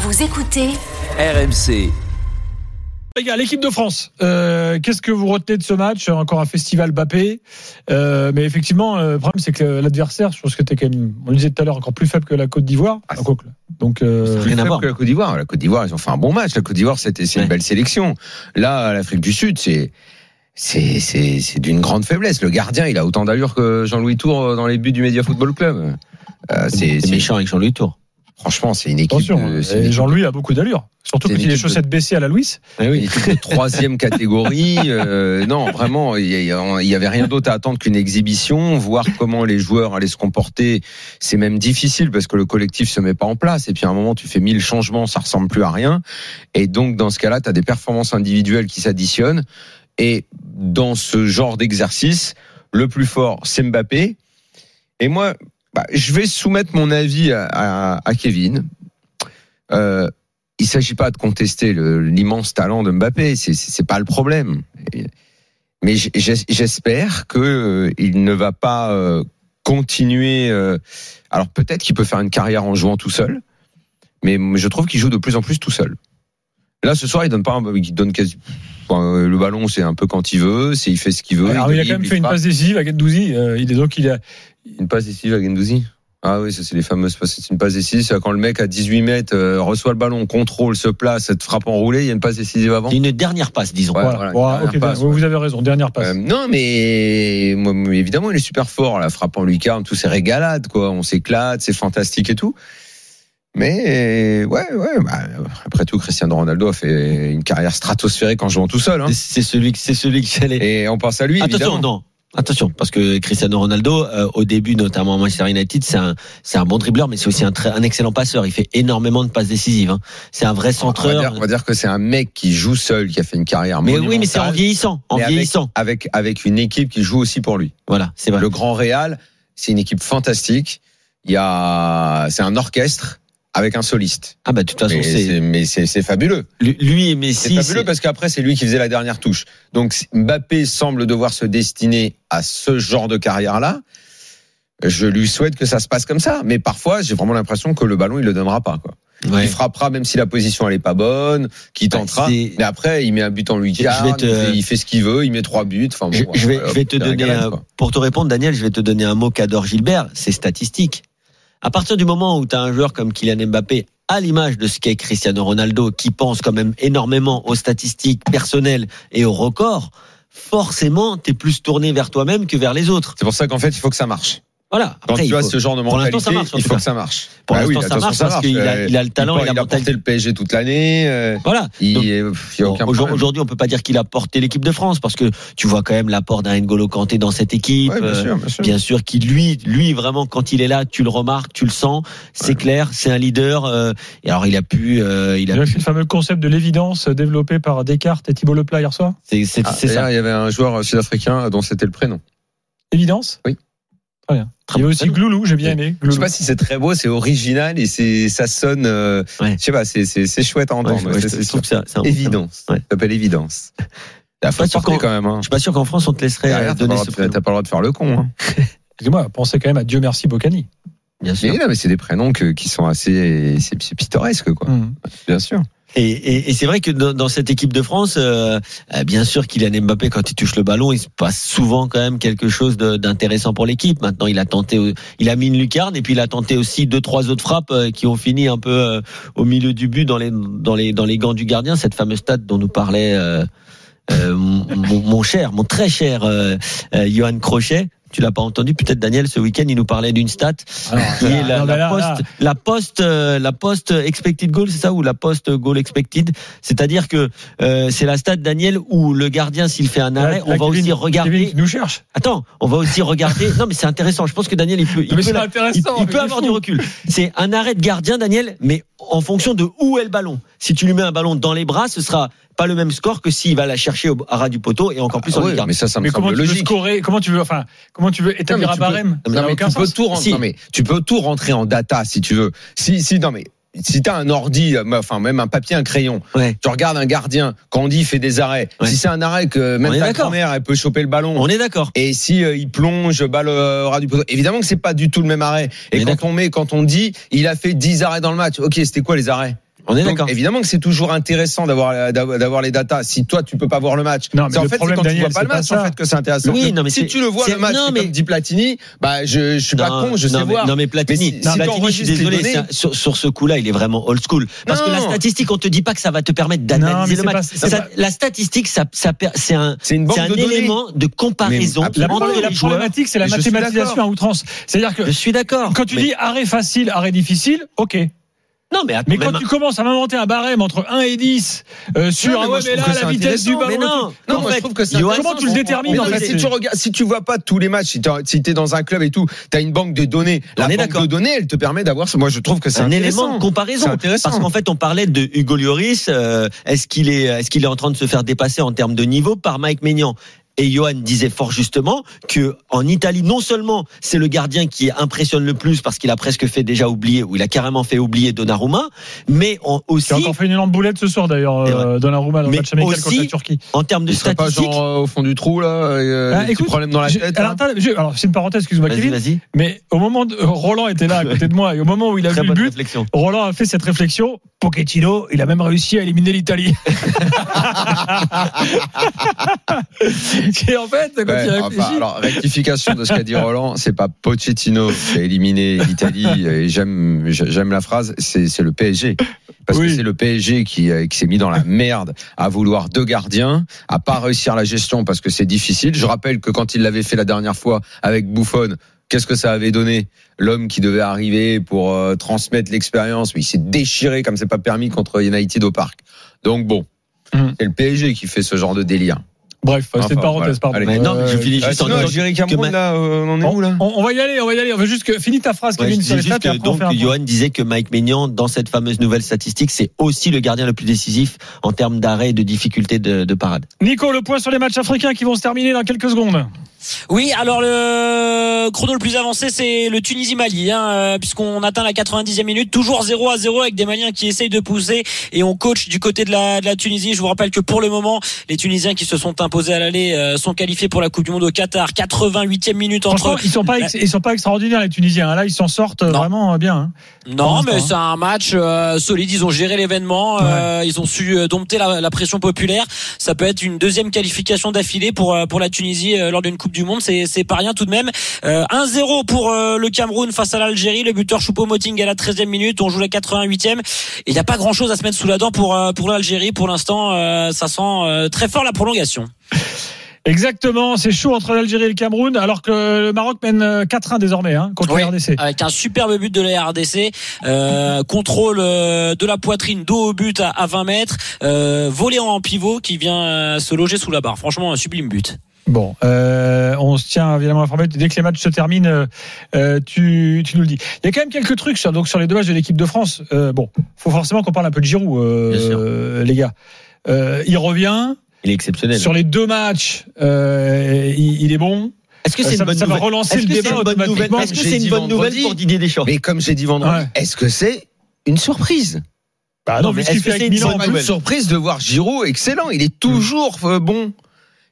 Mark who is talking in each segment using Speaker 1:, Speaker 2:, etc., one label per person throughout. Speaker 1: Vous écoutez
Speaker 2: RMC.
Speaker 3: Les gars, l'équipe de France, euh, qu'est-ce que vous retenez de ce match Encore un festival Bappé. Euh, mais effectivement, euh, le problème, c'est que l'adversaire, je pense que était quand même, on le disait tout à l'heure, encore plus faible que la Côte d'Ivoire.
Speaker 4: Ah,
Speaker 3: Donc, donc, euh,
Speaker 4: Plus faible que la Côte d'Ivoire. La Côte d'Ivoire, ils ont fait un bon match. La Côte d'Ivoire, c'était c'est une
Speaker 2: Ouais.
Speaker 4: belle sélection. Là, l'Afrique du Sud, c'est c'est c'est c'est d'une grande faiblesse. Le gardien, il a autant d'allure que Jean-Louis Tour euh, dans les buts du Media Football Club. Euh, c'est
Speaker 2: C'est
Speaker 4: c'est-
Speaker 2: méchant avec Jean-Louis Tour.
Speaker 4: franchement, c'est une équipe.
Speaker 3: attention,
Speaker 4: de-
Speaker 3: hein.
Speaker 4: c'est une
Speaker 3: Et
Speaker 4: équipe
Speaker 3: Jean-Louis a beaucoup d'allure. Surtout
Speaker 4: C'est
Speaker 3: quand
Speaker 4: une
Speaker 3: il a les
Speaker 4: équipe de-
Speaker 3: chaussettes baissées à la Louis.
Speaker 4: Il était de troisième catégorie. euh, non, vraiment, il y, a- il y avait rien d'autre à attendre qu'une exhibition, voir comment les joueurs allaient se comporter. C'est même difficile parce que le collectif se met pas en place. Et puis à un moment, tu fais mille changements, ça ressemble plus à rien. Et donc dans ce cas-là, tu as des performances individuelles qui s'additionnent. Et dans ce genre d'exercice, le plus fort, c'est Mbappé. Et moi, bah, je vais soumettre mon avis à, à- à Kevin. Euh, il s'agit pas de contester le- l'immense talent de Mbappé, c'est- c'est c'est pas le problème. Et- Mais j'- j'es- j'espère que euh, il ne va pas euh, continuer. euh, alors peut-être qu'il peut faire une carrière en jouant tout seul, mais m- je trouve qu'il joue de plus en plus tout seul. Là, ce soir, il donne pas, un- il donne quasi. enfin, euh, le ballon, c'est un peu quand il veut, c'est il fait ce qu'il veut.
Speaker 3: Alors, il a quand même
Speaker 4: dribble,
Speaker 3: fait une
Speaker 4: frappe.
Speaker 3: passe décisive à Gendouzi. euh, il est donc, il a,
Speaker 4: Une passe décisive à Gendouzi Ah oui, ça c'est les fameuses passes. C'est une passe décisive, c'est quand le mec à 18 mètres euh, reçoit le ballon, contrôle, se place, cette frappe enroulée, il y a une passe décisive avant.
Speaker 2: C'est une dernière passe, disons.
Speaker 4: Ouais,
Speaker 3: voilà.
Speaker 4: voilà,
Speaker 3: Bon,
Speaker 4: dernière
Speaker 3: ok,
Speaker 4: passe,
Speaker 3: vous,
Speaker 4: ouais.
Speaker 3: vous avez raison, dernière passe.
Speaker 4: Euh, non, mais moi, moi, évidemment, il est super fort, la frappe en lucarne, tout c'est régalade, quoi. On s'éclate, c'est fantastique et tout. Mais ouais, ouais. bah, après tout, Cristiano Ronaldo a fait une carrière stratosphérique en jouant tout seul. hein.
Speaker 2: C'est- C'est celui, que- c'est celui que j'allais.
Speaker 4: Et on pense à lui,
Speaker 2: Attention,
Speaker 4: évidemment.
Speaker 2: non. Attention, parce que Cristiano Ronaldo, euh, au début, notamment à Manchester United, c'est un, c'est un bon dribbleur, mais c'est aussi un, très- un excellent passeur. Il fait énormément de passes décisives. hein. C'est un vrai
Speaker 4: on, va
Speaker 2: centreur.
Speaker 4: dire, on va dire que c'est un mec qui joue seul, qui a fait une carrière.
Speaker 2: mais oui, mais c'est en
Speaker 4: monumentale,
Speaker 2: vieillissant. En
Speaker 4: mais avec-
Speaker 2: vieillissant.
Speaker 4: Avec, avec une équipe qui joue aussi pour lui.
Speaker 2: Voilà, c'est vrai.
Speaker 4: Le Grand Real, c'est une équipe fantastique. Il y a, c'est un orchestre avec un soliste.
Speaker 2: Ah bah de toute façon,
Speaker 4: Mais
Speaker 2: c'est
Speaker 4: c'est- mais c'est c'est fabuleux.
Speaker 2: lui- lui et
Speaker 4: C'est
Speaker 2: Messi.
Speaker 4: fabuleux
Speaker 2: c'est-
Speaker 4: parce qu'après, c'est lui qui faisait la dernière touche. Donc, si Mbappé semble devoir se destiner à ce genre de carrière-là. Je lui souhaite que ça se passe comme ça. Mais parfois, j'ai vraiment l'impression que le ballon, il le donnera pas. Quoi.
Speaker 2: Ouais.
Speaker 4: Il frappera même si la position, elle est pas bonne, qu'il
Speaker 2: Bah,
Speaker 4: tentera.
Speaker 2: c'est-
Speaker 4: mais après, il met un but en lucarne,
Speaker 2: Je vais te-
Speaker 4: il fait ce qu'il veut, il met trois buts. Enfin, bon,
Speaker 2: Je, je vais,
Speaker 4: voilà,
Speaker 2: je vais te
Speaker 4: c'est euh, la
Speaker 2: donner
Speaker 4: galette,
Speaker 2: un-
Speaker 4: quoi.
Speaker 2: pour te répondre, Daniel, je vais te donner un mot qu'adore Gilbert, c'est statistique. À partir du moment où tu as un joueur comme Kylian Mbappé, à l'image de ce qu'est Cristiano Ronaldo, qui pense quand même énormément aux statistiques personnelles et aux records, forcément, tu es plus tourné vers toi-même que vers les autres.
Speaker 4: C'est pour ça qu'en fait, il faut que ça marche.
Speaker 2: Voilà.
Speaker 4: Quand
Speaker 2: Après,
Speaker 4: tu
Speaker 2: il
Speaker 4: as
Speaker 2: faut-
Speaker 4: ce genre de
Speaker 2: pour l'instant,
Speaker 4: mentalité,
Speaker 2: ça marche, en
Speaker 4: il
Speaker 2: tout
Speaker 4: faut
Speaker 2: cas.
Speaker 4: que ça marche.
Speaker 2: Pour
Speaker 4: Bah
Speaker 2: l'instant,
Speaker 4: oui,
Speaker 2: ça
Speaker 4: attention,
Speaker 2: marche parce
Speaker 4: marche.
Speaker 2: qu'il a-
Speaker 4: Euh,
Speaker 2: il a le talent et la
Speaker 4: il a porté
Speaker 2: mentalité.
Speaker 4: le PSG toute l'année. euh,
Speaker 2: voilà.
Speaker 4: Il,
Speaker 2: Donc,
Speaker 4: euh, pff, il y a aucun
Speaker 2: Bon,
Speaker 4: problème.
Speaker 2: aujourd'hui, aujourd'hui, on peut pas dire qu'il a porté l'équipe de France parce que tu vois quand même l'apport d'un N'Golo Kanté dans cette équipe.
Speaker 4: Ouais, bien
Speaker 2: euh,
Speaker 4: sûr, bien sûr.
Speaker 2: Bien sûr qu'il lui, lui vraiment quand il est là, tu le remarques, tu le sens, c'est clair, c'est un leader. euh, et alors il a pu, euh, il
Speaker 3: Il y
Speaker 2: a,
Speaker 3: a le fameux concept de l'évidence euh, développé par Descartes et Thibault Leplat hier soir.
Speaker 2: c'est c'est-
Speaker 4: Ah,
Speaker 2: c'est ça.
Speaker 4: d'ailleurs, Il y avait un joueur sud-africain dont c'était le prénom.
Speaker 3: Évidence
Speaker 4: Oui.
Speaker 3: Très bien.
Speaker 2: Très
Speaker 3: il y a
Speaker 2: bon
Speaker 3: aussi
Speaker 2: prénom.
Speaker 3: Glouglou, j'ai bien aimé.
Speaker 4: Je
Speaker 3: Glouglou.
Speaker 4: sais pas si c'est très beau, c'est original et c'est ça sonne. euh,
Speaker 2: Ouais.
Speaker 4: Je sais pas, c'est c'est c'est chouette à
Speaker 2: Ouais,
Speaker 4: entendre.
Speaker 2: ouais,
Speaker 4: ça,
Speaker 2: je
Speaker 4: c'est sûr.
Speaker 2: trouve que c'est un- c'est un bon prénom.
Speaker 4: Évidence.
Speaker 2: Ouais.
Speaker 4: Ça s'appelle évidence. La
Speaker 2: pas
Speaker 4: faut
Speaker 2: sûr
Speaker 4: porter
Speaker 2: qu'on-
Speaker 4: quand même. Hein.
Speaker 2: Je suis pas sûr qu'en France on te laisserait euh,
Speaker 4: Derrière, T'as pas,
Speaker 2: donner
Speaker 4: le
Speaker 2: ce
Speaker 4: droit de-
Speaker 2: prénom.
Speaker 4: t'as pas le droit de faire le con. hein.
Speaker 3: Excusez-moi, pensez quand même à Dieu merci Bocani.
Speaker 2: Bien
Speaker 4: Mais,
Speaker 2: sûr.
Speaker 4: non, mais c'est des prénoms que- qui sont assez c'est c'est pittoresques quoi.
Speaker 3: Hum.
Speaker 4: Bien sûr.
Speaker 2: Et, et- et c'est vrai que dans, dans cette équipe de France, euh, euh, bien sûr Kylian Mbappé, quand il touche le ballon, il se passe souvent quand même quelque chose de- d'intéressant pour l'équipe. Maintenant, il a tenté, euh, il a mis une lucarne et puis il a tenté aussi deux trois autres frappes euh, qui ont fini un peu euh, au milieu du but dans les dans les dans les gants du gardien. Cette fameuse stat dont nous parlait. euh, euh, mon, mon- mon cher, mon très cher euh, euh, Johan Crochet, Tu l'as pas entendu, peut-être Daniel, ce week-end, il nous parlait d'une stat
Speaker 3: Alors,
Speaker 2: qui est la,
Speaker 3: Ah, non,
Speaker 2: la
Speaker 3: mais là,
Speaker 2: poste,
Speaker 3: là,
Speaker 2: la poste, euh, la poste expected goal, c'est ça ou la poste goal expected, c'est-à-dire que euh, c'est la stade Daniel où le gardien s'il fait un
Speaker 3: là,
Speaker 2: arrêt, on
Speaker 3: là,
Speaker 2: va
Speaker 3: Kevin-
Speaker 2: aussi regarder.
Speaker 3: Kevin nous cherche.
Speaker 2: Attends, on va aussi regarder. Non mais c'est intéressant. Je pense que Daniel il peut, il
Speaker 3: Mais
Speaker 2: peut
Speaker 3: c'est
Speaker 2: la- il,
Speaker 3: intéressant.
Speaker 2: il peut avoir du recul. C'est un arrêt de gardien, Daniel, mais en fonction de où est le ballon. Si tu lui mets un ballon dans les bras, ce sera pas le même score que s'il va la chercher au, à ras du poteau et encore plus en
Speaker 4: Ah ouais,
Speaker 2: lucarne.
Speaker 4: mais ça, ça me
Speaker 3: Mais comment
Speaker 4: semble
Speaker 3: tu veux
Speaker 4: logique.
Speaker 3: scorer Comment tu veux Enfin, comment tu veux établir
Speaker 4: mais
Speaker 3: un
Speaker 4: tu peux-
Speaker 3: barème
Speaker 2: mais
Speaker 3: Ça
Speaker 4: Non,
Speaker 3: n'a
Speaker 4: mais tu
Speaker 3: aucun
Speaker 4: peux
Speaker 3: sens.
Speaker 4: tout rentrer.
Speaker 2: Si.
Speaker 4: non, mais tu peux tout rentrer en data si tu veux. Si, si, non, mais si t'as un ordi, euh, enfin même un papier, un crayon,
Speaker 2: Ouais.
Speaker 4: tu regardes un gardien, quand on dit il fait des arrêts.
Speaker 2: Ouais.
Speaker 4: Si c'est un arrêt que
Speaker 2: On
Speaker 4: même
Speaker 2: est
Speaker 4: ta
Speaker 2: d'accord.
Speaker 4: grand-mère elle peut choper le ballon.
Speaker 2: On est d'accord.
Speaker 4: Et si euh, il plonge balle euh, au ras du poteau, évidemment que c'est pas du tout le même arrêt.
Speaker 2: On
Speaker 4: Et
Speaker 2: est
Speaker 4: quand
Speaker 2: d'accord.
Speaker 4: on met, quand on dit, il a fait 10 arrêts dans le match. Ok, c'était quoi les arrêts
Speaker 2: On est
Speaker 4: Donc,
Speaker 2: d'accord.
Speaker 4: Évidemment que c'est toujours intéressant d'avoir euh, d'avoir d'avoir les datas. Si toi tu peux pas voir le match,
Speaker 3: Non, mais
Speaker 4: C'est en
Speaker 3: le
Speaker 4: fait c'est
Speaker 3: problème,
Speaker 4: quand tu
Speaker 3: Daniel,
Speaker 4: vois pas le
Speaker 3: c'est
Speaker 4: match
Speaker 3: pas
Speaker 4: en
Speaker 3: ça.
Speaker 4: fait que c'est intéressant.
Speaker 2: Oui, non, mais
Speaker 4: si
Speaker 2: c'est-
Speaker 4: tu le vois
Speaker 2: c'est-
Speaker 4: le match,
Speaker 2: non,
Speaker 4: c'est
Speaker 2: mais-
Speaker 4: comme dit Platini, bah je, je suis pas
Speaker 2: Non,
Speaker 4: con, je
Speaker 2: non,
Speaker 4: sais
Speaker 2: mais,
Speaker 4: voir.
Speaker 2: Non mais Platini,
Speaker 4: Mais si- si
Speaker 2: Platini, je suis
Speaker 4: t'enregistres les
Speaker 2: désolé,
Speaker 4: données-
Speaker 2: c'est un- sur, sur ce coup-là, il est vraiment old school. Parce que
Speaker 4: Non.
Speaker 2: la statistique, on te dit pas que ça va te permettre
Speaker 3: Non, mais
Speaker 2: d'analyser
Speaker 3: c'est
Speaker 2: le match.
Speaker 3: pas- c'est
Speaker 2: Ça-
Speaker 3: pas-
Speaker 2: La statistique, ça, ça per- c'est un,
Speaker 4: C'est une banque
Speaker 2: c'est un
Speaker 4: de données.
Speaker 2: élément de comparaison
Speaker 4: Mais
Speaker 3: La,
Speaker 4: absolument.
Speaker 2: entre
Speaker 3: problé- la
Speaker 2: les joueurs.
Speaker 3: problématique, c'est la
Speaker 4: Mais je suis
Speaker 3: mathématisation à
Speaker 4: d'accord.
Speaker 3: outrance. C'est-à-dire que
Speaker 2: Je suis d'accord.
Speaker 3: quand tu
Speaker 2: Mais-
Speaker 3: dis arrêt facile, arrêt difficile, ok.
Speaker 2: non, mais, attends,
Speaker 3: Mais
Speaker 2: même
Speaker 3: quand
Speaker 2: un-
Speaker 3: tu commences à m'inventer un barème entre 1 et 10 euh, sur
Speaker 4: Non, mais
Speaker 3: ah
Speaker 4: moi,
Speaker 3: ouais,
Speaker 4: je
Speaker 3: mais là
Speaker 4: trouve que
Speaker 3: la
Speaker 4: c'est
Speaker 3: vitesse du
Speaker 4: intéressant.
Speaker 3: ballon,
Speaker 2: mais
Speaker 3: et
Speaker 2: non,
Speaker 4: Non,
Speaker 2: en
Speaker 4: moi,
Speaker 2: fait,
Speaker 4: je trouve que c'est
Speaker 2: Johan,
Speaker 4: intéressant.
Speaker 3: comment tu le
Speaker 2: on- on-
Speaker 3: détermines,
Speaker 2: on-
Speaker 4: Mais
Speaker 3: en
Speaker 2: on-
Speaker 4: non,
Speaker 3: fait,
Speaker 4: mais
Speaker 2: c'est-
Speaker 4: si tu regardes, si tu vois pas tous les matchs, si t'as- si t'es dans un club et tout, t'as une banque de données.
Speaker 2: On
Speaker 4: La
Speaker 2: est
Speaker 4: banque
Speaker 2: d'accord.
Speaker 4: de données, elle te permet d'avoir. Moi, je trouve que c'est
Speaker 2: un élément
Speaker 4: intéressant.
Speaker 2: de comparaison.
Speaker 4: C'est intéressant.
Speaker 2: Parce qu'en fait, on parlait de Hugo Lloris. euh, est-ce qu'il est, est-ce qu'il est en train de se faire dépasser en termes de niveau par Mike Maignan et Johan disait fort justement que en Italie, non seulement c'est le gardien qui impressionne le plus parce qu'il a presque fait déjà oublier ou il a carrément fait oublier Donnarumma, mais en- aussi
Speaker 3: J'ai encore fait une énorme boulette ce soir d'ailleurs
Speaker 2: C'est
Speaker 3: euh, dans la Rouma dans le
Speaker 2: Mais
Speaker 3: match amical contre
Speaker 2: aussi-
Speaker 3: la Turquie.
Speaker 2: en termes de Bah,
Speaker 4: Il serait pas
Speaker 2: statistiques.
Speaker 4: genre euh, au fond du trou là, euh,
Speaker 3: Ah,
Speaker 4: des petits
Speaker 3: écoute,
Speaker 4: problèmes dans la
Speaker 3: J'ai-
Speaker 4: tête. hein.
Speaker 3: alors,
Speaker 4: là.
Speaker 3: attends, je- alors, c'est une parenthèse,
Speaker 4: euh,
Speaker 3: excuse-moi
Speaker 2: Vas-y,
Speaker 3: Kevin,
Speaker 2: vas-y.
Speaker 3: mais au moment de, euh, Roland était là à côté de moi et au moment où il a
Speaker 2: Très
Speaker 3: vu le
Speaker 2: bonne
Speaker 3: but,
Speaker 2: réflexion.
Speaker 3: Roland a fait cette réflexion. Pochettino, il a même réussi à éliminer l'Italie. Et en fait, quand
Speaker 4: Ouais,
Speaker 3: il
Speaker 4: ah
Speaker 3: réfléchit,
Speaker 4: bah, alors, rectification de ce qu'a dit Roland, c'est pas Pochettino qui a éliminé l'Italie. Et j'aime, j'aime la phrase, c'est, c'est le PSG. Parce
Speaker 3: Oui.
Speaker 4: que c'est le PSG qui, euh, qui s'est mis dans la merde à vouloir deux gardiens, à pas réussir la gestion parce que c'est difficile. Je rappelle que quand il l'avait fait la dernière fois avec Buffon, qu'est-ce que ça avait donné L'homme qui devait arriver pour euh, transmettre l'expérience, mais il s'est déchiré comme c'est pas permis contre United au parc. Donc bon,
Speaker 3: Mm.
Speaker 4: c'est le PSG qui fait ce genre de délire.
Speaker 3: bref, c'est
Speaker 4: Enfin,
Speaker 3: une parenthèse,
Speaker 4: voilà.
Speaker 3: pardon.
Speaker 4: Allez.
Speaker 2: Mais non, mais je
Speaker 3: Euh,
Speaker 2: finis
Speaker 4: Ah,
Speaker 2: juste en
Speaker 4: sinon,
Speaker 2: disant
Speaker 4: Algérie,
Speaker 2: que
Speaker 4: Cameroun,
Speaker 2: Ma-
Speaker 4: là, euh, on en est où là
Speaker 3: On, on va y aller, on va y aller. On veut juste que finis ta phrase,
Speaker 2: Ouais, je
Speaker 3: Kevin, sur
Speaker 2: disais
Speaker 3: les stats.
Speaker 2: juste
Speaker 3: et
Speaker 2: que,
Speaker 3: après, on
Speaker 2: donc
Speaker 3: fait un point.
Speaker 2: Johan disait que Mike Maignan, dans cette fameuse nouvelle statistique, c'est aussi le gardien le plus décisif en termes d'arrêt et de difficulté de, de parade.
Speaker 3: Nico, le point sur les matchs africains qui vont se terminer dans quelques secondes.
Speaker 5: Oui, alors le chrono le plus avancé, c'est le Tunisie-Mali, hein, euh, puisqu'on atteint la 90e minute, toujours 0 à 0 avec des Maliens qui essayent de pousser et on coach du côté de la, de la Tunisie. Je vous rappelle que pour le moment, les Tunisiens qui se sont imposés à l'aller euh, sont qualifiés pour la Coupe du Monde au Qatar. 88e minute entre...
Speaker 3: Franchement, ils sont pas, ex- ils sont pas extraordinaires les Tunisiens. hein. Là, ils s'en sortent euh,
Speaker 5: Non.
Speaker 3: vraiment euh, bien. hein.
Speaker 5: Non,
Speaker 3: Pour l'instant,
Speaker 5: mais c'est un match euh, solide. Ils ont géré l'événement. euh, ils ont su euh, dompter la, la pression populaire. Ça peut être une deuxième qualification d'affilée pour euh, pour la Tunisie euh, lors d'une Coupe du Monde. C'est c'est pas rien tout de même. Euh, 1-0 pour euh, le Cameroun face à l'Algérie. Le buteur Choupo-Moting à la 13e minute. On joue la 88e. Il n'y a pas grand chose à se mettre sous la dent pour euh, pour l'Algérie. Pour l'instant, euh, ça sent euh, très fort la prolongation.
Speaker 3: Exactement, c'est chaud entre l'Algérie et le Cameroun, alors que le Maroc mène euh, 4-1 désormais hein, contre
Speaker 5: Oui.
Speaker 3: la RDC.
Speaker 5: avec un superbe but de la RDC, euh, contrôle euh, de la poitrine, dos au but à, à 20 mètres, euh, volé en pivot qui vient euh, se loger sous la barre. Franchement, un sublime but.
Speaker 3: Bon, euh, on se tient évidemment informé. Dès que les matchs se terminent, euh, euh, tu, tu nous le dis. Il y a quand même quelques trucs sur, donc, sur les deux matchs de l'équipe de France. Euh, bon, faut forcément qu'on parle un peu de Giroud, euh,
Speaker 2: Bien sûr.
Speaker 3: euh, les gars. Euh, il revient
Speaker 2: Il est exceptionnel.
Speaker 3: sur les deux matchs. euh, il, il est bon.
Speaker 2: Est-ce que c'est
Speaker 3: Euh, ça,
Speaker 2: une bonne
Speaker 3: ça va
Speaker 2: nouvelle
Speaker 3: relancer
Speaker 2: Est-ce
Speaker 3: le
Speaker 2: que c'est
Speaker 3: débat
Speaker 2: une bonne nouvelle
Speaker 3: automatiquement.
Speaker 2: Est-ce que
Speaker 4: J'ai
Speaker 2: c'est une
Speaker 4: dit
Speaker 2: bonne nouvelle
Speaker 4: vendredi.
Speaker 2: pour Didier Deschamps
Speaker 4: Mais comme j'ai dit vendredi,
Speaker 3: Ouais.
Speaker 4: est-ce que c'est une surprise
Speaker 3: Bah non,
Speaker 2: Non,
Speaker 3: vu
Speaker 2: mais
Speaker 3: ce qu'il
Speaker 2: est-ce
Speaker 3: fait
Speaker 2: que c'est
Speaker 3: avec
Speaker 2: une
Speaker 3: Milan,
Speaker 2: bonne
Speaker 3: en
Speaker 4: Pas
Speaker 3: plus,
Speaker 4: une
Speaker 2: nouvelle
Speaker 4: surprise de voir Giroud excellent. Il est toujours euh, bon.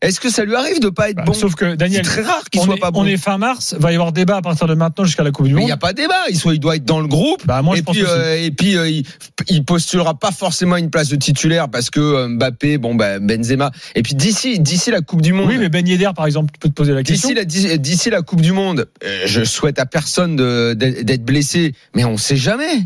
Speaker 4: Est-ce que ça lui arrive de pas être
Speaker 3: bah,
Speaker 4: bon
Speaker 3: sauf que
Speaker 4: C'est
Speaker 3: Daniel,
Speaker 4: très rare qu'il
Speaker 3: on
Speaker 4: soit
Speaker 3: est,
Speaker 4: pas bon.
Speaker 3: on est fin mars. Va y avoir débat à partir de maintenant jusqu'à la Coupe du
Speaker 4: Mais il
Speaker 3: Monde.
Speaker 4: n'y a pas de débat. Il, soit, il doit être dans le groupe.
Speaker 3: Bah moi, je
Speaker 4: et,
Speaker 3: pense
Speaker 4: puis,
Speaker 3: aussi.
Speaker 4: euh, et puis, euh, il, il postulera pas forcément une place de titulaire parce que euh, Mbappé, bon, bah, Benzema. Et puis d'ici, d'ici la Coupe du Monde.
Speaker 3: Oui, mais Ben Yedder, par exemple, tu peux te poser la question.
Speaker 4: D'ici la, d'ici la Coupe du Monde, euh, je souhaite à personne de- d'être d'être blessé, mais on sait jamais.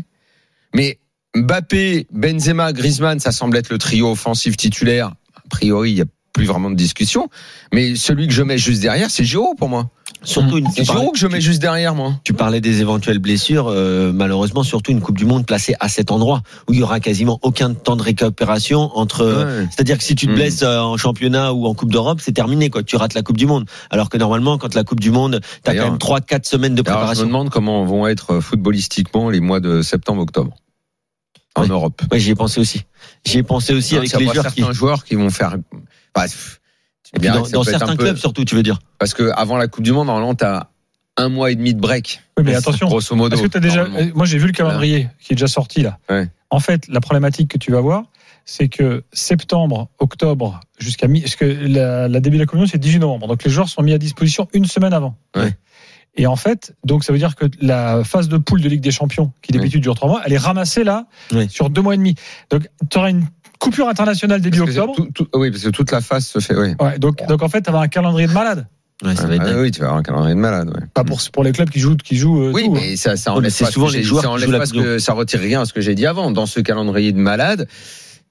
Speaker 4: Mais Mbappé, Benzema, Griezmann, ça semble être le trio offensif titulaire. A priori, il n'y a plus vraiment de discussion. Mais celui que je mets juste derrière, c'est Giroud pour moi.
Speaker 2: Surtout une
Speaker 4: C'est Giroud que je mets juste derrière moi.
Speaker 2: Tu parlais des éventuelles blessures, euh, malheureusement, surtout une Coupe du Monde placée à cet endroit où il y aura quasiment aucun temps de récupération entre.
Speaker 4: Ouais.
Speaker 2: C'est-à-dire que si tu te
Speaker 4: Mm.
Speaker 2: blesses euh, en championnat ou en Coupe d'Europe, c'est terminé, quoi. Tu rates la Coupe du Monde. Alors que normalement, quand la Coupe du Monde, t'as quand
Speaker 4: D'ailleurs-
Speaker 2: même trois, quatre semaines de
Speaker 4: Alors, je me
Speaker 2: préparation.
Speaker 4: demande comment vont être euh, footballistiquement les mois de septembre-octobre en
Speaker 2: Ouais.
Speaker 4: Europe.
Speaker 2: Ouais, j'y ai pensé aussi. J'y ai pensé aussi avec
Speaker 4: Parce qu'il y
Speaker 2: les
Speaker 4: a pas
Speaker 2: joueurs qui.
Speaker 4: certains joueurs qui vont faire. Bah, pff, tu
Speaker 2: Et
Speaker 4: me
Speaker 2: puis
Speaker 4: diras
Speaker 2: dans
Speaker 4: que ça
Speaker 2: dans
Speaker 4: peut être
Speaker 2: certains
Speaker 4: un peu-
Speaker 2: clubs, surtout, tu veux dire.
Speaker 4: Parce que avant la Coupe du Monde, normalement, t'as un mois et demi de break.
Speaker 3: Oui, mais attention.
Speaker 4: Grosso modo.
Speaker 3: Est-ce que t'as déjà.
Speaker 4: normalement.
Speaker 3: Moi, j'ai vu le calendrier qui est déjà sorti là.
Speaker 4: Ouais.
Speaker 3: En fait, la problématique que tu vas voir, c'est que septembre, octobre, jusqu'à mi. Parce que la, la début de la communion, c'est 18 novembre. Donc les joueurs sont mis à disposition une semaine avant.
Speaker 4: Ouais.
Speaker 3: Et en fait, donc ça veut dire que la phase de poule de Ligue des Champions, qui d'habitude dure trois mois, elle est ramassée là
Speaker 2: Ouais.
Speaker 3: sur deux mois et demi. Donc tu auras une coupure internationale début
Speaker 4: Parce que
Speaker 3: octobre.
Speaker 4: tout- tout- oui, parce que toute la phase se fait. Oui,
Speaker 3: Ouais, donc, donc en fait, tu vas un calendrier de malade.
Speaker 2: Ouais, ça va être
Speaker 4: Ah
Speaker 2: dingue.
Speaker 4: oui tu vas avoir un calendrier de malade. ouais.
Speaker 3: Pas pour, pour les clubs qui jouent, qui jouent euh,
Speaker 4: Oui,
Speaker 3: tout.
Speaker 4: mais ça, ça
Speaker 2: Non, mais
Speaker 4: enlève
Speaker 2: c'est
Speaker 4: pas ce
Speaker 2: souvent
Speaker 4: que
Speaker 2: les
Speaker 4: j'ai-
Speaker 2: joueurs
Speaker 4: ça
Speaker 2: qui
Speaker 4: enlève
Speaker 2: jouent la
Speaker 4: pas ce
Speaker 2: Coupe du
Speaker 4: que ça retire rien à ce que j'ai dit avant. Dans ce calendrier de malade,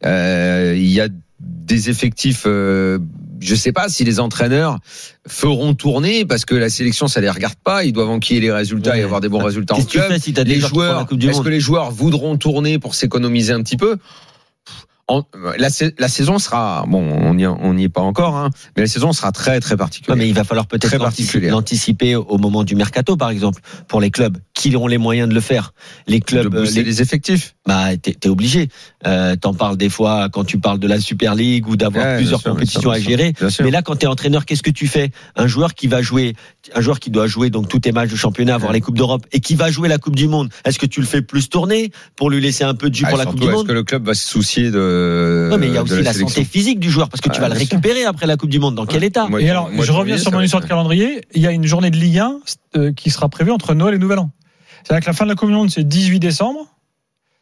Speaker 4: euh, il y a des effectifs. euh, je sais pas si les entraîneurs feront tourner parce que la sélection, ça les regarde pas. Ils doivent enquiller les résultats et
Speaker 2: Ouais. Bah,
Speaker 4: avoir des bons résultats en
Speaker 2: Qu'est-ce que tu
Speaker 4: club.
Speaker 2: fais si t'as des
Speaker 4: Les
Speaker 2: joueurs qui font la
Speaker 4: joueurs,
Speaker 2: Coupe du
Speaker 4: est-ce
Speaker 2: Monde
Speaker 4: que les joueurs voudront tourner pour s'économiser un petit peu En- la, sais- la saison sera bon, on n'y on n'y est pas encore, hein, mais la saison sera très très particulière.
Speaker 2: Ouais, mais il va falloir peut-être
Speaker 4: Très
Speaker 2: l'antici-
Speaker 4: particulière.
Speaker 2: l'anticiper au moment du mercato, par exemple, pour les clubs qui auront les moyens de le faire. Les
Speaker 4: de
Speaker 2: clubs, euh,
Speaker 4: booster
Speaker 2: les-
Speaker 4: les effectifs.
Speaker 2: bah, t'es t'es obligé. Euh, T'en parles des fois quand tu parles de la Super League ou d'avoir
Speaker 4: Ouais,
Speaker 2: plusieurs
Speaker 4: bien sûr, bien
Speaker 2: compétitions
Speaker 4: sûr,
Speaker 2: à
Speaker 4: bien sûr.
Speaker 2: gérer.
Speaker 4: Bien sûr.
Speaker 2: Mais là, quand t'es entraîneur, qu'est-ce que tu fais Un joueur qui va jouer, un joueur qui doit jouer donc tous tes matchs de championnat, avoir
Speaker 4: Ouais.
Speaker 2: les coupes d'Europe et qui va jouer la Coupe du Monde. Est-ce que tu le fais plus tourner pour lui laisser un peu de jus
Speaker 4: Ah,
Speaker 2: pour la
Speaker 4: surtout,
Speaker 2: Coupe du
Speaker 4: Est-ce
Speaker 2: Monde
Speaker 4: que le club va se soucier de,
Speaker 2: Non, mais il y a
Speaker 4: de
Speaker 2: aussi la,
Speaker 4: sélection
Speaker 2: santé physique du joueur parce que tu
Speaker 4: Ah,
Speaker 2: vas le
Speaker 4: bien sûr.
Speaker 2: récupérer après la Coupe du Monde. Dans quel état
Speaker 4: Moi,
Speaker 3: Et
Speaker 4: de-
Speaker 3: alors,
Speaker 4: moi,
Speaker 3: je reviens
Speaker 4: janvier,
Speaker 3: sur
Speaker 4: ça
Speaker 3: mon
Speaker 4: va
Speaker 3: histoire
Speaker 4: être-
Speaker 3: de calendrier. Il y a une journée de Ligue 1 euh, qui sera prévue entre Noël et Nouvel An. C'est-à-dire que la fin de la Communion, c'est 18 décembre.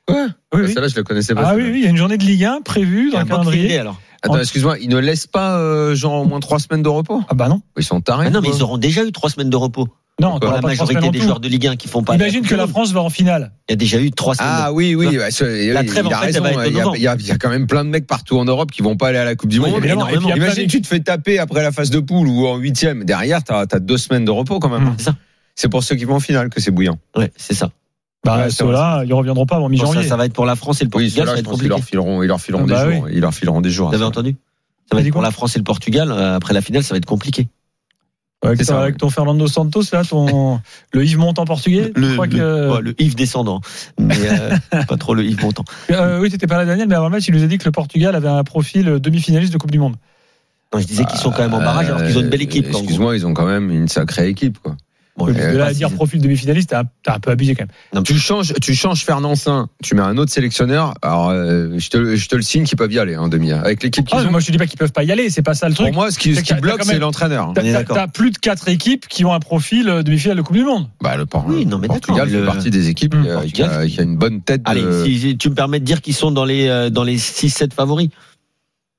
Speaker 4: Quoi
Speaker 3: Oui,
Speaker 4: Ah,
Speaker 3: oui.
Speaker 4: Celle-là, je la connaissais pas.
Speaker 3: Ah oui,
Speaker 4: celle-là.
Speaker 3: oui, il y a une journée de Ligue 1 prévue
Speaker 2: Il y
Speaker 3: dans
Speaker 2: a
Speaker 3: le
Speaker 2: un manque d'idées,
Speaker 3: calendrier.
Speaker 2: alors.
Speaker 4: Attends, excuse-moi, ils ne laissent pas euh, genre au moins trois semaines de repos
Speaker 3: Ah bah non.
Speaker 4: Ils sont tarés.
Speaker 2: Ah non, mais
Speaker 4: quoi.
Speaker 2: ils auront déjà eu trois semaines de repos.
Speaker 3: Non,
Speaker 4: Bah,
Speaker 2: Pour
Speaker 3: t'auras
Speaker 2: la
Speaker 3: pas trois
Speaker 2: majorité
Speaker 3: semaines en
Speaker 2: des
Speaker 3: tout.
Speaker 2: joueurs de Ligue 1 qui font pas.
Speaker 3: Imagine
Speaker 2: Coupe
Speaker 3: que
Speaker 2: du
Speaker 3: la
Speaker 2: Monde.
Speaker 3: France va en finale.
Speaker 2: Il y a déjà eu trois semaines.
Speaker 4: Ah
Speaker 2: de-
Speaker 4: oui, oui,
Speaker 2: Non.
Speaker 4: bah, ce- il a,
Speaker 2: La trêve,
Speaker 4: il
Speaker 2: en
Speaker 4: a
Speaker 2: fait, elle
Speaker 4: raison. hein.
Speaker 2: va être
Speaker 4: Il y a,
Speaker 2: novembre.
Speaker 4: il y a- il y a quand même plein de mecs partout en Europe qui vont pas aller à la Coupe du
Speaker 2: Oui,
Speaker 4: Monde.
Speaker 2: il y en a
Speaker 3: Évidemment.
Speaker 2: énormément.
Speaker 3: Et puis après,
Speaker 4: Imagine, tu te fais taper après la phase de poule ou en huitième. Derrière, t'as as deux semaines de repos quand même.
Speaker 3: Mmh.
Speaker 4: hein.
Speaker 2: Hum. C'est ça.
Speaker 4: C'est pour ceux qui vont en finale que c'est bouillant.
Speaker 2: Ouais, c'est ça.
Speaker 3: bah,
Speaker 4: Ouais, c'est
Speaker 3: ceux-là, ils reviendront pas avant
Speaker 2: Bon, ça.
Speaker 3: mi-janvier.
Speaker 2: Ça va être pour la France et le
Speaker 4: Oui,
Speaker 2: Portugal.
Speaker 4: ceux-là,
Speaker 2: ça va
Speaker 4: je
Speaker 2: être
Speaker 4: pense qu'ils
Speaker 2: compliqué.
Speaker 4: leur fileront, ils leur fileront
Speaker 3: Ah
Speaker 4: des
Speaker 3: bah
Speaker 4: jours. hein. Ils leur fileront des jours.
Speaker 2: Vous avez entendu Ça va
Speaker 3: Vas-y,
Speaker 2: être pour
Speaker 3: quoi
Speaker 2: la France et le Portugal. euh, Après la finale, ça va être compliqué.
Speaker 3: Avec,
Speaker 4: c'est
Speaker 3: ton-
Speaker 4: ça,
Speaker 3: avec ton Fernando Santos, là, ton le Yves Montand portugais. je
Speaker 2: Le,
Speaker 3: crois
Speaker 2: le,
Speaker 3: que-
Speaker 2: ouais, le Yves descendant, mais euh, pas trop le Yves montant.
Speaker 3: Euh, oui, t'étais pas là, Daniel, mais avant le match, il nous a dit que le Portugal avait un profil euh, demi-finaliste de Coupe du Monde.
Speaker 2: Non, je disais qu'ils sont quand même en barrage alors qu'ils ont une belle équipe. quoi, en gros.
Speaker 4: Euh, Excuse-moi, Euh, ils ont quand même une sacrée équipe. Quoi.
Speaker 2: Bon,
Speaker 3: De
Speaker 2: je sais
Speaker 3: là
Speaker 2: pas
Speaker 3: à
Speaker 2: ah, si
Speaker 3: dire
Speaker 2: c'est-
Speaker 3: profil demi-finaliste, t'as un- t'as un peu abusé quand même.
Speaker 4: Tu changes, tu changes Fernandin, tu mets un autre sélectionneur. Alors, euh, je, te, je te le signe qu'ils peuvent y aller en demi. Avec l'équipe qu'ils
Speaker 3: Ah,
Speaker 4: ont.
Speaker 3: moi, je te dis pas qu'ils peuvent pas y aller, c'est pas ça le
Speaker 4: Pour
Speaker 3: truc.
Speaker 4: moi, ce qui,
Speaker 3: c'est
Speaker 4: ce qui
Speaker 3: qu'il y a
Speaker 4: bloque,
Speaker 3: quand
Speaker 4: c'est
Speaker 3: même-
Speaker 4: l'entraîneur. hein.
Speaker 3: T'as-
Speaker 2: on est
Speaker 3: T'as
Speaker 2: d'accord.
Speaker 3: t'as plus de quatre équipes qui ont un profil euh, demi-finale de Coupe du Monde.
Speaker 4: Bah, le, Por-
Speaker 2: Oui, non, mais
Speaker 4: le Portugal
Speaker 2: d'accord,
Speaker 4: fait
Speaker 2: mais le-
Speaker 4: partie des équipes
Speaker 3: Mmh.
Speaker 4: qui, a, qui a-
Speaker 2: Portugal,
Speaker 4: qui a une bonne tête. de-
Speaker 2: Allez, si, si tu me permets de dire qu'ils sont dans les euh, dans les 6-7 favoris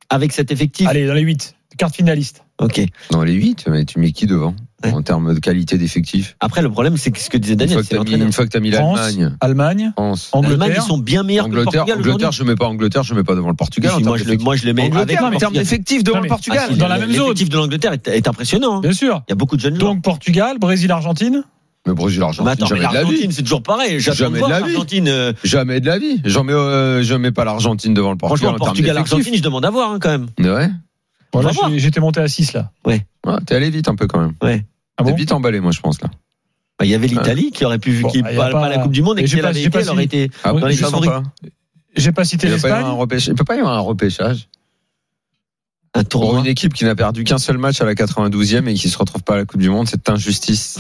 Speaker 2: avec cet effectif.
Speaker 3: Allez, dans les huit, quatre finalistes.
Speaker 2: Ok.
Speaker 4: Dans les 8, mais tu mets qui devant
Speaker 2: Ouais.
Speaker 4: En termes de qualité d'effectif
Speaker 2: Après, le problème, c'est que ce que disait
Speaker 4: Une
Speaker 2: Daniel,
Speaker 4: fois que
Speaker 2: c'est
Speaker 4: t'as mis-
Speaker 2: l'entraîneur.
Speaker 4: une fois que t'as mis
Speaker 3: France,
Speaker 4: l'Allemagne,
Speaker 3: Allemagne,
Speaker 4: France,
Speaker 2: L'Allemagne, ils
Speaker 3: Angleterre.
Speaker 2: sont bien meilleurs
Speaker 4: Angleterre,
Speaker 2: que le Portugal aujourd'hui.
Speaker 4: Angleterre, je mets pas Angleterre, je mets pas devant le Portugal. hein, en
Speaker 2: moi,
Speaker 4: termes
Speaker 2: je le, moi, je le mets
Speaker 4: d'effectifs.
Speaker 2: avec
Speaker 4: Angleterre,
Speaker 2: le
Speaker 4: en termes
Speaker 2: Portugal.
Speaker 4: d'effectifs devant
Speaker 3: Non, mais-
Speaker 4: le Portugal.
Speaker 2: Ah, si,
Speaker 3: dans la même zone.
Speaker 2: L'effectif de l'Angleterre est, est impressionnant. hein.
Speaker 3: Bien sûr.
Speaker 2: Il y a beaucoup de jeunes joueurs.
Speaker 3: Donc Portugal, Brésil, Argentine.
Speaker 4: Mais Brésil,
Speaker 2: Mais
Speaker 4: Argentine,
Speaker 2: attends, mais
Speaker 4: jamais de la vie.
Speaker 2: l'Argentine, c'est toujours pareil. J'attends de
Speaker 4: Jamais
Speaker 2: voir
Speaker 4: de la vie.
Speaker 2: l'Argentine. euh,
Speaker 4: Jamais de la vie. J'en mets, euh, je mets pas l'Argentine devant le Portugal.
Speaker 2: Franchement,
Speaker 4: en termes
Speaker 2: Portugal-Argentine, je demande à voir hein, quand même.
Speaker 4: d'effectifs. Ouais.
Speaker 2: On
Speaker 3: Voilà,
Speaker 2: va voir.
Speaker 3: j'ai- j'étais monté à 6 là.
Speaker 4: Ouais, T'es allé vite un peu quand même.
Speaker 3: Ah
Speaker 4: T'es
Speaker 3: bon
Speaker 4: vite emballé, moi, je pense, là.
Speaker 2: Bah, Il y avait l'Italie qui aurait pu, vu
Speaker 3: Hein. Bon,
Speaker 2: qu'il
Speaker 3: il y a
Speaker 2: pas,
Speaker 3: pas-
Speaker 2: pas la Coupe du Monde et
Speaker 3: Et
Speaker 2: que
Speaker 3: j'ai
Speaker 2: si elle
Speaker 3: pas-
Speaker 2: avait
Speaker 3: j'ai
Speaker 4: pas
Speaker 2: été, elle aurait été.
Speaker 4: Ah,
Speaker 2: Dans les
Speaker 4: je sens
Speaker 2: favoris.
Speaker 4: pas.
Speaker 3: J'ai pas cité
Speaker 4: Il peut pas y avoir
Speaker 3: l'Espagne.
Speaker 4: un repêche- il peut pas y avoir un repêchage
Speaker 2: Un
Speaker 4: pour
Speaker 2: tournoi.
Speaker 4: une équipe qui n'a perdu qu'un seul match à la 92e et qui se retrouve pas à la Coupe du Monde. C'est injustice.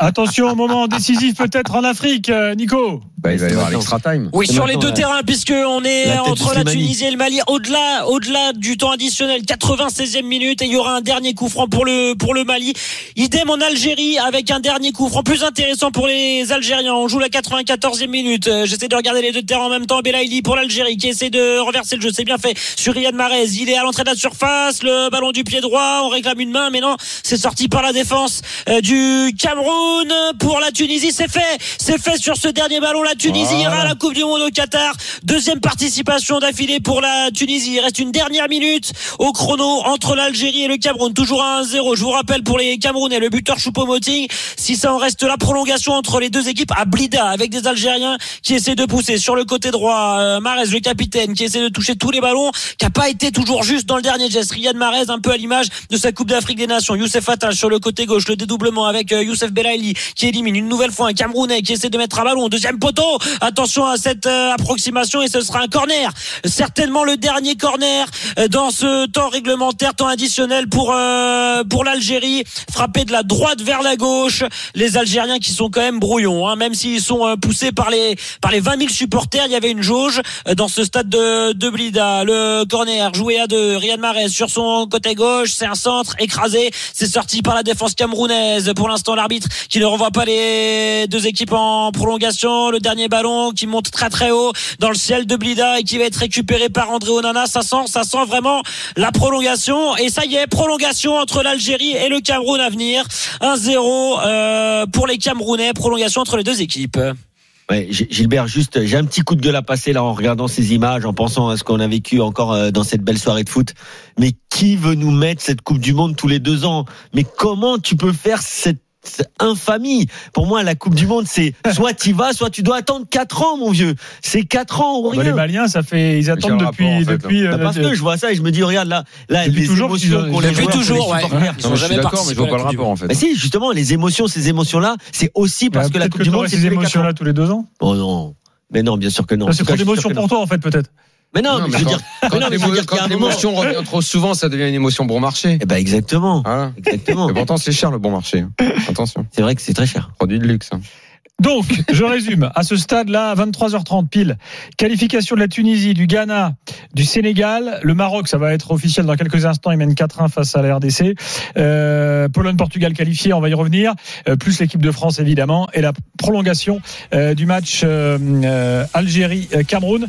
Speaker 3: Attention, moment décisif peut-être en Afrique, euh, Nico.
Speaker 4: Bah, il va y
Speaker 2: C'est
Speaker 4: avoir
Speaker 2: maintenant.
Speaker 4: l'extra time.
Speaker 5: Oui,
Speaker 2: Et
Speaker 5: sur les
Speaker 2: maintenant,
Speaker 5: deux
Speaker 2: la-
Speaker 5: terrains, puisque on est
Speaker 2: la tête
Speaker 5: entre
Speaker 2: du
Speaker 5: la
Speaker 2: Mali.
Speaker 5: Tunisie et le Mali, au-delà, au-delà du temps additionnel, 96e minute, et il y aura un dernier coup franc pour le pour le Mali. Idem en Algérie avec un dernier coup franc plus intéressant pour les Algériens. On joue la 94e minute. Euh, J'essaie de regarder les deux terrains en même temps. Belaïli pour l'Algérie qui essaie de renverser le jeu, c'est bien fait. Sur Riyad Mahrez, il est à l'entrée de la surface. surface, le ballon du pied droit, on réclame une main, mais non, c'est sorti par la défense euh, du Cameroun pour la Tunisie. C'est fait, c'est fait sur ce dernier ballon. La Tunisie
Speaker 4: Voilà.
Speaker 5: ira à la Coupe du Monde au Qatar. Deuxième participation d'affilée pour la Tunisie. Il reste une dernière minute au chrono entre l'Algérie et le Cameroun. Toujours à 1-0. Je vous rappelle pour les Camerounais, le buteur Choupo-Moting. Si ça en reste là, prolongation entre les deux équipes à Blida avec des Algériens qui essaient de pousser sur le côté droit. euh, Mahrez, le capitaine, qui essaie de toucher tous les ballons, qui a pas été toujours juste dans le dernier geste. Riyad Mahrez, un peu à l'image de sa Coupe d'Afrique des Nations. Youssef Attal sur le côté gauche, le dédoublement avec euh, Youssef Belaïli qui élimine une nouvelle fois un Camerounais qui essaie de mettre un ballon. Deuxième poteau. Attention à cette euh, approximation et ce sera un corner. Certainement le dernier corner euh, dans ce temps réglementaire, temps additionnel pour euh, pour l'Algérie. Frappé de la droite vers la gauche. Les Algériens qui sont quand même brouillons, hein, même s'ils sont euh, poussés par les par les 20 000 supporters. Il y avait une jauge euh, dans ce stade de, de Blida. Ah, Le corner joué à deux. Riyad Mahrez sur son côté gauche. C'est un centre écrasé. C'est sorti par la défense camerounaise. Pour l'instant, l'arbitre qui ne revoit pas les deux équipes en prolongation. Le dernier ballon qui monte très très haut dans le ciel de Blida et qui va être récupéré par André Onana. Ça sent, ça sent vraiment la prolongation. Et ça y est, prolongation entre l'Algérie et le Cameroun à venir. 1-0 euh, pour les Camerounais. Prolongation entre les deux équipes.
Speaker 2: Ouais, G- Gilbert, juste, j'ai un petit coup de gueule à passer là en regardant ces images, en pensant à ce qu'on a vécu encore euh, dans cette belle soirée de foot. Mais qui veut nous mettre cette Coupe du Monde tous les deux ans Mais comment tu peux faire cette infamie Pour moi, la Coupe du Monde, c'est soit tu vas, soit tu dois attendre quatre ans, mon vieux. C'est quatre ans ou
Speaker 3: Bah, les
Speaker 2: rien.
Speaker 3: Maliens, ça fait, ils attendent
Speaker 4: le
Speaker 3: depuis,
Speaker 4: rapport, en fait,
Speaker 3: depuis.
Speaker 2: Bah,
Speaker 3: euh,
Speaker 2: Parce que je vois ça et je me dis, regarde là, là
Speaker 3: Depuis
Speaker 2: les
Speaker 3: toujours qu'ils ont-
Speaker 2: émotions qu'on
Speaker 3: ils ont-
Speaker 2: les joueurs,
Speaker 5: Depuis
Speaker 2: qu'on les
Speaker 5: toujours, ouais.
Speaker 2: supporters.
Speaker 5: Ils
Speaker 4: Non,
Speaker 5: ont
Speaker 4: mais je suis
Speaker 5: jamais
Speaker 4: d'accord, mais
Speaker 5: participé
Speaker 4: je vois
Speaker 5: à
Speaker 4: pas le
Speaker 5: la Coupe du
Speaker 4: rapport en fait.
Speaker 2: Bah si, justement, les émotions, ces émotions-là, c'est aussi parce
Speaker 3: bah,
Speaker 2: que la
Speaker 3: peut-être
Speaker 2: Coupe du Monde,
Speaker 3: t'aurais
Speaker 2: c'est
Speaker 3: ces
Speaker 2: tous les quatre ans.
Speaker 3: émotions-là tous les deux ans.
Speaker 2: Oh non. Mais non, bien sûr que non.
Speaker 3: Ça, C'est
Speaker 2: En tout
Speaker 3: trop
Speaker 2: cas, je suis sûr
Speaker 3: d'émotions
Speaker 2: que non.
Speaker 3: pour toi, en fait, peut-être.
Speaker 2: Mais non,
Speaker 4: Non, mais
Speaker 2: mais je veux
Speaker 4: attends,
Speaker 2: dire,
Speaker 4: Quand
Speaker 2: non, mais je veux
Speaker 4: l'émo-
Speaker 2: dire qu'il y a
Speaker 4: quand
Speaker 2: un moment-
Speaker 4: l'émotion revient trop souvent, ça devient une émotion bon marché.
Speaker 2: eh ben exactement,
Speaker 4: Voilà.
Speaker 2: exactement.
Speaker 4: Et pourtant, Ah. c'est cher le bon marché. hein. Attention,
Speaker 2: C'est vrai que c'est très cher.
Speaker 4: produit de luxe. hein.
Speaker 3: Donc, je résume. À ce stade-là, à 23h30 pile, qualification de la Tunisie, du Ghana, du Sénégal, le Maroc, ça va être officiel dans quelques instants. Il mène 4-1 face à la RDC. Euh, Pologne-Portugal qualifié, on va y revenir. Euh, plus l'équipe de France, évidemment. Et la prolongation euh, du match euh, euh, Algérie-Cameroun.